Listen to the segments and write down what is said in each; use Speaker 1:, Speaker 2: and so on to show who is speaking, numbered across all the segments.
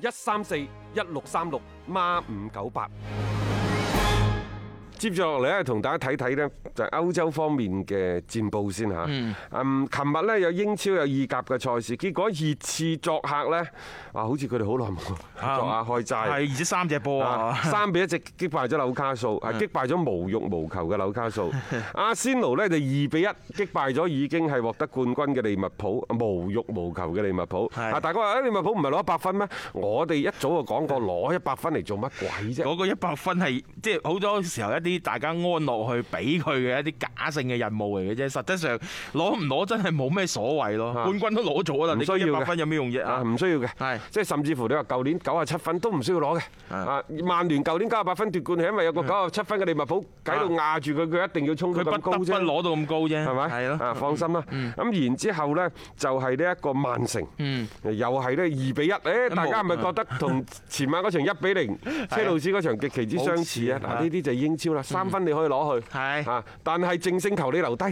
Speaker 1: 一三四一六三六孖五九八。接住落嚟咧，同大家睇睇呢，就係歐洲方面嘅戰報先嚇。嗯，琴日呢，有英超有意甲嘅賽事，結果熱刺作客呢，啊，好似佢哋好耐冇作客開齋。
Speaker 2: 啊係，而且三隻波
Speaker 1: 啊
Speaker 2: 啊，
Speaker 1: 三比一直擊敗咗紐卡素，啊擊敗咗無欲無求嘅紐卡 素。阿仙奴呢就二比一擊敗咗已經係獲得冠軍嘅利物浦，啊無欲無求嘅利物浦。
Speaker 2: 係
Speaker 1: 啊大家話誒利物浦唔係攞一百分咩？我哋一早就講過攞一百分嚟做乜鬼啫？
Speaker 2: 嗰個一百分係即係好多時候一啲大家安樂去俾佢嘅一啲假性嘅任務嚟嘅啫，實質上攞唔攞真係冇咩所謂咯，
Speaker 1: 啊
Speaker 2: 冠軍都攞咗啦，
Speaker 1: 唔
Speaker 2: 你
Speaker 1: 需要嘅
Speaker 2: 一百分有咩用啫
Speaker 1: 啊，
Speaker 2: 啊？
Speaker 1: 唔需要嘅，
Speaker 2: 係
Speaker 1: 即係甚至乎你話舊年九啊七分都唔需要攞嘅。啊，曼聯舊年九啊八分奪冠係因為有個九啊七分嘅利物浦喺度壓住佢，佢一定要衝到
Speaker 2: 佢不得
Speaker 1: 咁高
Speaker 2: 不
Speaker 1: 啫。
Speaker 2: 攞到咁高啫，
Speaker 1: 係咪？
Speaker 2: 係
Speaker 1: 啊，
Speaker 2: 咯，
Speaker 1: 放心啦。咁然之後呢，就係呢一個曼城，又係呢二比一。誒，大家係咪覺得同前晚嗰場一比 零車路士嗰場極其之相似啊？
Speaker 2: 好似
Speaker 1: 嗱，呢啲就係英超啦，三分你可以攞去，
Speaker 2: 係
Speaker 1: 啊，但係正勝球你留低。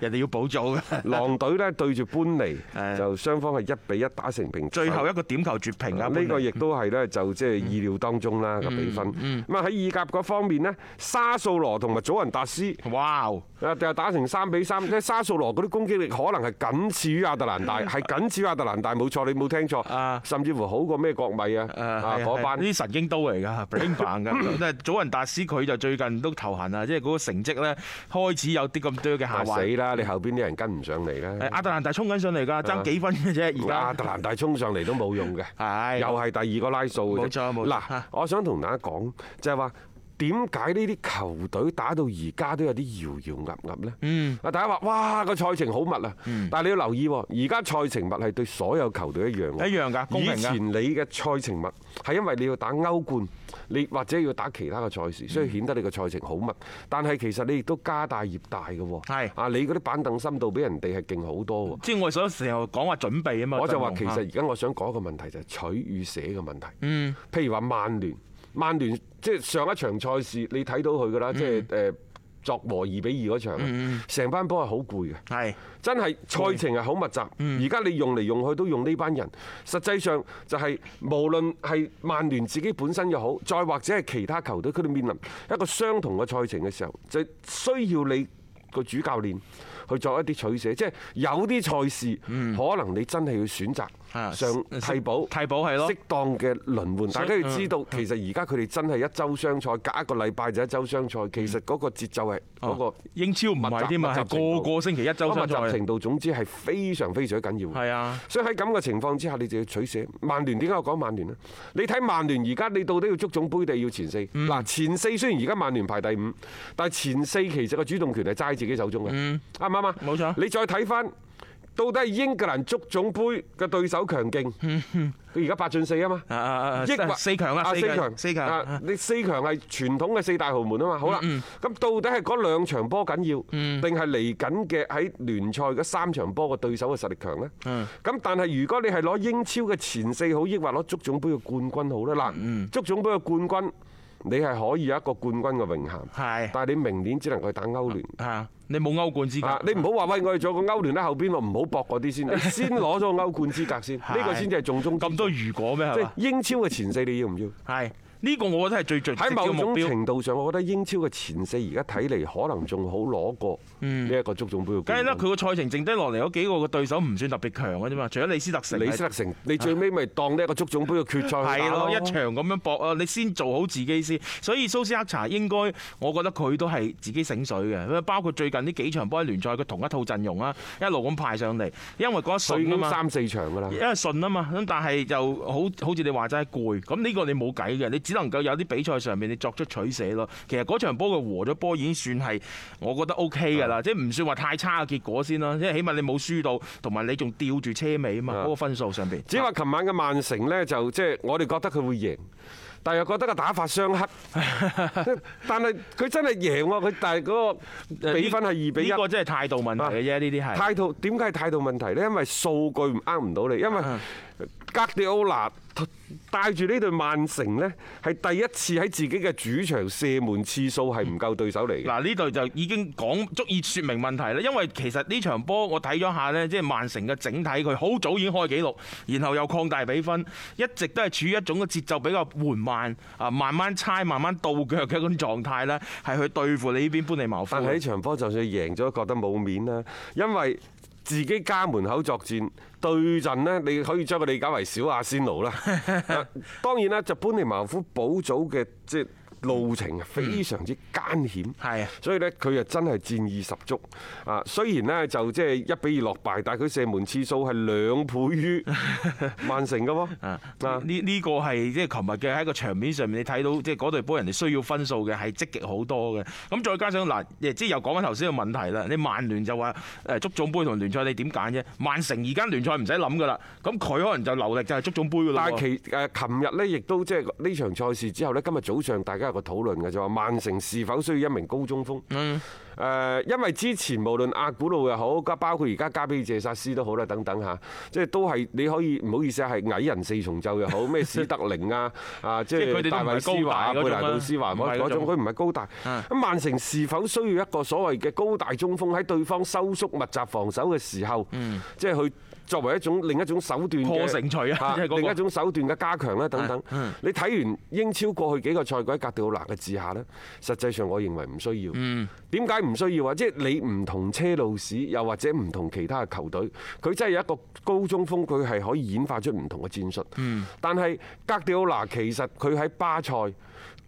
Speaker 2: 人哋要補組嘅。
Speaker 1: 狼隊呢對住般尼，
Speaker 2: 係
Speaker 1: 就雙方係一比一打成平手。
Speaker 2: 最後一個點球絕平啊！嗯
Speaker 1: 呢個亦都係呢，就即係意料當中啦個比分。咁啊喺意甲嗰方面呢，沙素羅同埋祖雲達斯。
Speaker 2: 哇！
Speaker 1: 啊！又打成三比三，即係沙素羅嗰啲攻擊力可能係僅次於亞特蘭大，係僅次於亞特蘭大，冇錯，你冇聽
Speaker 2: 嗯啊
Speaker 1: 錯，甚至乎好過咩國米啊
Speaker 2: 誒
Speaker 1: 啊嗰班
Speaker 2: 呢。啲神經刀嚟㗎 bling bang 㗎。但係祖雲達斯佢就最近都頭痕啊，即係嗰個成績咧開始有啲咁多嘅下
Speaker 1: 啊死
Speaker 2: 滑。
Speaker 1: 啦！你後邊啲人跟唔上嚟
Speaker 2: 誒
Speaker 1: 啦，
Speaker 2: 亞特蘭大衝緊上嚟
Speaker 1: 啊
Speaker 2: 㗎，爭幾分嘅啫，
Speaker 1: 亞
Speaker 2: 而家
Speaker 1: 特蘭大衝上嚟都冇用嘅，
Speaker 2: 係
Speaker 1: 又係第二個拉數嘅啫。
Speaker 2: 冇錯冇錯
Speaker 1: 嗱
Speaker 2: 啊，
Speaker 1: 我想同大家講就係話。點解呢啲球隊打到而家都有啲搖搖噏噏呢？
Speaker 2: 嗯
Speaker 1: 啊，大家話哇個賽程好密啊，但係你要留意喎，而家賽程密係對所有球隊一樣喎
Speaker 2: 一樣㗎，公平
Speaker 1: 以前
Speaker 2: 㗎。
Speaker 1: 你嘅賽程密係因為你要打歐冠，你或者要打其他嘅賽
Speaker 2: 嗯
Speaker 1: 事，所以顯得你嘅賽程好密。但係其實你亦都家大業大嘅喎。
Speaker 2: 係
Speaker 1: 啊，你嗰啲板凳深度比人哋係勁好多喎。
Speaker 2: 即係我所成日講話準備啊嘛。
Speaker 1: 我就話
Speaker 2: 陣
Speaker 1: 其
Speaker 2: 容
Speaker 1: 實而家我想講一個問題就係取與捨嘅問題。嗯，譬如話曼聯，曼聯即係上一場賽事你睇到佢㗎啦，
Speaker 2: 嗯
Speaker 1: 即係誒作和二比二嗰場，啊成班波係好攰嘅。
Speaker 2: 係
Speaker 1: 真係賽程係好密
Speaker 2: 嗯
Speaker 1: 集，而家你用嚟用去都用呢班人。實際上就係無論係曼聯自己本身又好，再或者係其他球隊，佢哋面臨一個相同嘅賽程嘅時候，就需要你個主教練去作一啲取捨。即係有啲賽事可能你真係要選
Speaker 2: 嗯啊
Speaker 1: 擇上替補。
Speaker 2: 替補係咯嗯
Speaker 1: 適。當嘅輪換，大
Speaker 2: 以
Speaker 1: 家要知道，其實而家佢哋真係一周雙賽，隔一個禮拜就一周雙賽，其實嗰個節奏係
Speaker 2: 哦
Speaker 1: 嗰個
Speaker 2: 英超唔係添
Speaker 1: 密
Speaker 2: 啊，
Speaker 1: 集
Speaker 2: 係個個星期一周
Speaker 1: 嗰
Speaker 2: 三
Speaker 1: 個密集
Speaker 2: 賽。
Speaker 1: 程度，總之係非常非常緊要嘅。
Speaker 2: 係啊，
Speaker 1: 所以喺咁嘅情況之下，你就要取捨。曼聯點解我講曼聯呢？你睇曼聯而家你到底要足總杯定係要前四？
Speaker 2: 嗯
Speaker 1: 嗱，前四雖然而家曼聯排第五，但係前四其實個主動權係揸自己手中嘅，啱唔啱啊？
Speaker 2: 嗯冇錯
Speaker 1: 你再睇翻。到底係英格蘭足總杯嘅對手強勁，
Speaker 2: 嗯
Speaker 1: 佢而家八進四啊 嘛，
Speaker 2: 啊啊啊
Speaker 1: 抑或
Speaker 2: 四強啊
Speaker 1: 啊
Speaker 2: 四
Speaker 1: 四
Speaker 2: 強
Speaker 1: 強
Speaker 2: 四強
Speaker 1: 啊你四強係傳統嘅四大豪門啊嘛，好啦，咁到底係嗰兩場波緊要，定係嚟緊嘅喺聯賽嗰三場波嘅對手嘅實力強呢？咁但係如果你係攞英超嘅前四好，抑或攞足總杯嘅冠軍好呢？嗱，足總杯嘅冠軍你係可以有一個冠軍嘅榮銜，
Speaker 2: 係
Speaker 1: 但係你明年只能去打歐聯。
Speaker 2: 啊，你冇歐冠資
Speaker 1: 啊！
Speaker 2: 格。
Speaker 1: 你唔好話喂，我哋做個歐聯啦，後邊我唔好搏嗰啲先，你先攞咗個歐冠資格 先，呢個先至係重中之
Speaker 2: 咁多如果咩
Speaker 1: 即
Speaker 2: 係
Speaker 1: 係
Speaker 2: 嘛？
Speaker 1: 英超嘅前四，你要唔要？
Speaker 2: 係呢個我覺得係最最
Speaker 1: 喺某
Speaker 2: 直接嘅目
Speaker 1: 種
Speaker 2: 標。
Speaker 1: 程度上，我覺得英超嘅前四而家睇嚟可能仲好攞過呢一個足總杯嘅
Speaker 2: 梗係
Speaker 1: 冠
Speaker 2: 啦，
Speaker 1: 軍。
Speaker 2: 佢個賽程剩低落嚟嗰幾個嘅對手唔算特別強嘅啫嘛，除咗李斯特城係。
Speaker 1: 李斯特城，你最尾咪當呢一個足總杯嘅決賽去
Speaker 2: 係
Speaker 1: 打
Speaker 2: 咯，
Speaker 1: 咯
Speaker 2: 一場咁樣搏啊！你先做好自己先，所以蘇斯克查應該，我覺得佢都係自己醒水嘅。啊包括最近呢幾場波喺聯賽，佢同一套陣容啊，一路咁派上嚟，因為嗰一
Speaker 1: 佢已
Speaker 2: 順啊
Speaker 1: 經
Speaker 2: 嘛，
Speaker 1: 三四場㗎啦
Speaker 2: 因。為順啊嘛，咁但係就好好似你話齋攰，咁呢個你冇計嘅，你只只能夠有啲比賽上面你作出取捨咯。其實嗰場波佢和咗波已經算係我覺得 O K 㗎啦，即係唔算話太差嘅結果先啦。即係起碼你冇輸到，同埋你仲吊住車尾啊嘛，
Speaker 1: 啊
Speaker 2: 嗰個分數上邊。
Speaker 1: 只係話琴晚嘅曼城呢，就即係我哋覺得佢會贏。但又覺得個打法 相克，但係佢真係贏喎！佢但係嗰個比分係二比一啊
Speaker 2: 呃呢。個真係態度問題嘅啫，呢啲係。
Speaker 1: 態度點解係態度問題呢？因為數據唔呃唔到你，因為
Speaker 2: 嗯
Speaker 1: 格迪奧拿帶住呢隊曼城呢，係第一次喺自己嘅主場射門次數係唔夠對手嚟嘅。
Speaker 2: 嗱呢度就已經講足以説明問題啦，因為其實呢場波我睇咗下呢，即係曼城嘅整體佢好早已經開紀錄，然後又擴大比分，一直都係處於一種嘅節奏比較緩慢啊，慢慢猜、慢慢倒腳嘅一種狀態呢，係去對付你呢邊般尼茅夫。
Speaker 1: 但係呢場波就算贏咗，覺得冇面啦，因為自己家門口作戰對陣呢，你可以將佢理解為小阿仙 奴啦。啊當然啦，就班尼茅夫補組嘅即係路程啊，非常之艱險。
Speaker 2: 係啊
Speaker 1: 所以呢，佢又真係戰意十足啊！雖然呢，就即係一比二落敗，但係佢射門次數係兩倍於曼城嘅喎。
Speaker 2: 啊！呢呢個係即係琴日嘅喺個場面上面，你睇到即係嗰隊波人哋需要分數嘅係積極好多嘅。咁再加上嗱，亦即係又講翻頭先嘅問題啦。你曼聯就話誒足總杯同聯賽你點揀啫？曼城而家聯賽唔使諗噶啦，咁佢可能就流力就係足總杯噶啦
Speaker 1: 但係
Speaker 2: 喎。
Speaker 1: 其誒，琴日呢，亦都即係呢場賽事之後呢，今日早上大家有個討論嘅就話，曼城是否需要一名高中鋒？嗯。誒，因為之前無論阿古路又好，包括而家加比謝薩斯都好啦，等等嚇，即係都係你可以唔好意思啊，係矮人四重奏又好，咩史特靈啊 啊，即
Speaker 2: 即係佢
Speaker 1: 係
Speaker 2: 哋都唔係
Speaker 1: 大衛斯華、
Speaker 2: 高大嗰種
Speaker 1: 貝
Speaker 2: 啊
Speaker 1: 拿杜斯華
Speaker 2: 唔係
Speaker 1: 嗰
Speaker 2: 嗰
Speaker 1: 嗰
Speaker 2: 種
Speaker 1: 種，佢唔係高大。
Speaker 2: 嗯
Speaker 1: 咁曼城是否需要一個所謂嘅高大中鋒喺對方收縮密集防守嘅時候，即係佢作為一種另一種手段嘅
Speaker 2: 破城錘啊
Speaker 1: 嚇
Speaker 2: 即係嗰個
Speaker 1: 另一種手段嘅加強啦，等等。你睇完英超過去幾個賽季喺格迪奧拿嘅治下呢，實際上我認為唔需要。點解唔需要啊？即係你唔同車路士，又或者唔同其他嘅球隊，佢真係有一個高中鋒，佢係可以演化出唔同嘅戰術。但係格迪奧拿其實佢喺巴塞。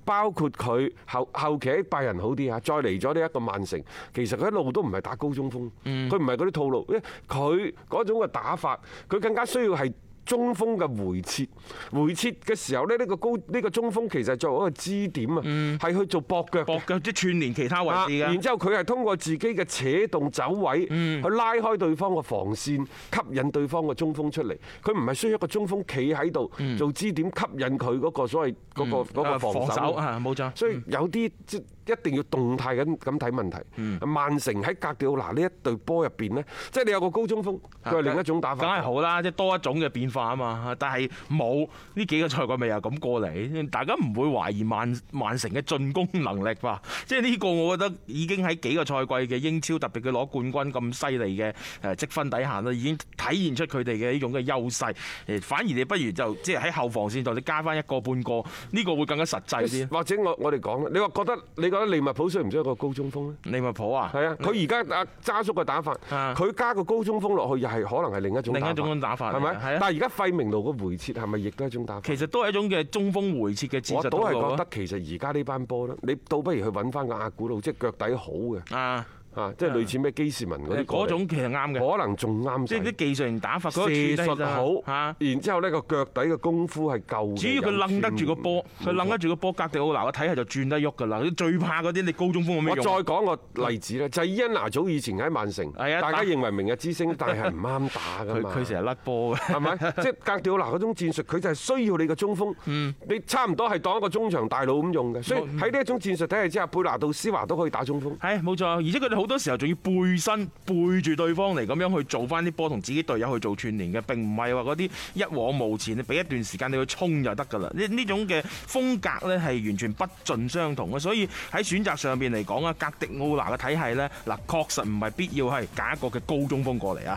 Speaker 1: 包括佢後後期喺拜仁好啲嚇，啊再嚟咗呢一個曼城，其實佢一路都唔係打高中鋒，佢唔係嗰啲套路，因為佢嗰種嘅打法，佢更加需要係。中鋒嘅回撤，回撤嘅時候呢，呢個高呢個中鋒其實作為一個支點啊，係去做搏腳嘅
Speaker 2: 博嘅即係串連其他位
Speaker 1: 啊
Speaker 2: 嗯置嗯
Speaker 1: 然
Speaker 2: 㗎。
Speaker 1: 之後佢係通過自己嘅扯動走位，去拉開對方嘅防線，吸引對方嘅中鋒出嚟。佢唔係需要一個中鋒企喺度做支點，吸引佢嗰個所謂嗰個嗰個
Speaker 2: 嗯啊
Speaker 1: 防守。
Speaker 2: 守啊，冇錯。
Speaker 1: 所以有啲即一定要動態咁咁睇問題。
Speaker 2: 嗯
Speaker 1: 曼城喺格調拿呢一隊波入邊呢，即係你有個高中鋒，佢係另一種打
Speaker 2: 啊梗係
Speaker 1: 法。
Speaker 2: 好啦，即係多一種嘅變化啊嘛。但係冇呢幾個賽季咪又咁過嚟，大家唔會懷疑曼曼城嘅進攻能力吧？即係呢個我覺得已經喺幾個賽季嘅英超，特別佢攞冠軍咁犀利嘅誒積分底下啦，已經體現出佢哋嘅呢種嘅優勢。誒，反而你不如就即係喺後防線度你加翻一個半個，呢個會更加實際啲。
Speaker 1: 或者我我哋講啦，啊你話覺得你覺得利物浦需唔需要一個高中鋒呢？
Speaker 2: 利物浦啊，
Speaker 1: 係啊，佢而家啊揸叔嘅打法，
Speaker 2: 啊
Speaker 1: 佢加個高中鋒落去又係可能係另一種
Speaker 2: 另一種
Speaker 1: 打
Speaker 2: 咁打法
Speaker 1: 法，係
Speaker 2: 嚟嘅
Speaker 1: 咪？
Speaker 2: 係
Speaker 1: 但
Speaker 2: 啊，
Speaker 1: 係而家費明路嘅回撤係咪亦都係一種打法？
Speaker 2: 其實都係一種嘅中鋒回撤嘅戰
Speaker 1: 我
Speaker 2: 術
Speaker 1: 倒
Speaker 2: 套路
Speaker 1: 係覺
Speaker 2: 啊
Speaker 1: 得其實而家呢班波咧，你倒不如去揾翻個阿古路，即係腳底好嘅
Speaker 2: 啊，
Speaker 1: 啊，即係類似咩基士文嗰啲過
Speaker 2: 嗰
Speaker 1: 嚟
Speaker 2: 種其實啱嘅。
Speaker 1: 可能仲啱
Speaker 2: 即係
Speaker 1: 使
Speaker 2: 啲技術型打法，嗰個
Speaker 1: 射
Speaker 2: 處
Speaker 1: 術
Speaker 2: 理
Speaker 1: 好
Speaker 2: 嚇，。
Speaker 1: 然之後呢個腳底嘅功夫係夠嘅。
Speaker 2: 只要佢
Speaker 1: 有
Speaker 2: 楞得住個波，
Speaker 1: 轉
Speaker 2: 佢楞得住個波，格迪奧拿嘅體系就轉得喐㗎啦。最怕嗰啲你高中鋒有咩
Speaker 1: 我再
Speaker 2: 用？啊
Speaker 1: 講個例子咧，就係伊恩拿早以前喺曼城，
Speaker 2: 係啊
Speaker 1: 大
Speaker 2: 打
Speaker 1: 家認為明日之星，但係唔啱打㗎
Speaker 2: 佢
Speaker 1: 嘛。
Speaker 2: 佢成日甩波嘅。
Speaker 1: 係咪？即係格調拿嗰種戰術，佢就係需要你個中鋒，
Speaker 2: 嗯
Speaker 1: 你差唔多係當一個中場大佬咁用嘅。所以喺呢一種戰術體系之下，貝拿杜斯華都可以打中鋒。
Speaker 2: 係冇錯，而且佢哋好多時候仲要背身背住對方嚟咁樣去做翻啲波，同自己隊友去做串連嘅，並唔係話嗰啲一往無前，你俾一段時間你去衝就得㗎啦。呢呢種嘅風格呢係完全不盡相同嘅，所以喺選擇上邊嚟講啊，格迪奧拿嘅體系呢，嗱確實唔係必要係揀一個嘅高中鋒過嚟啊。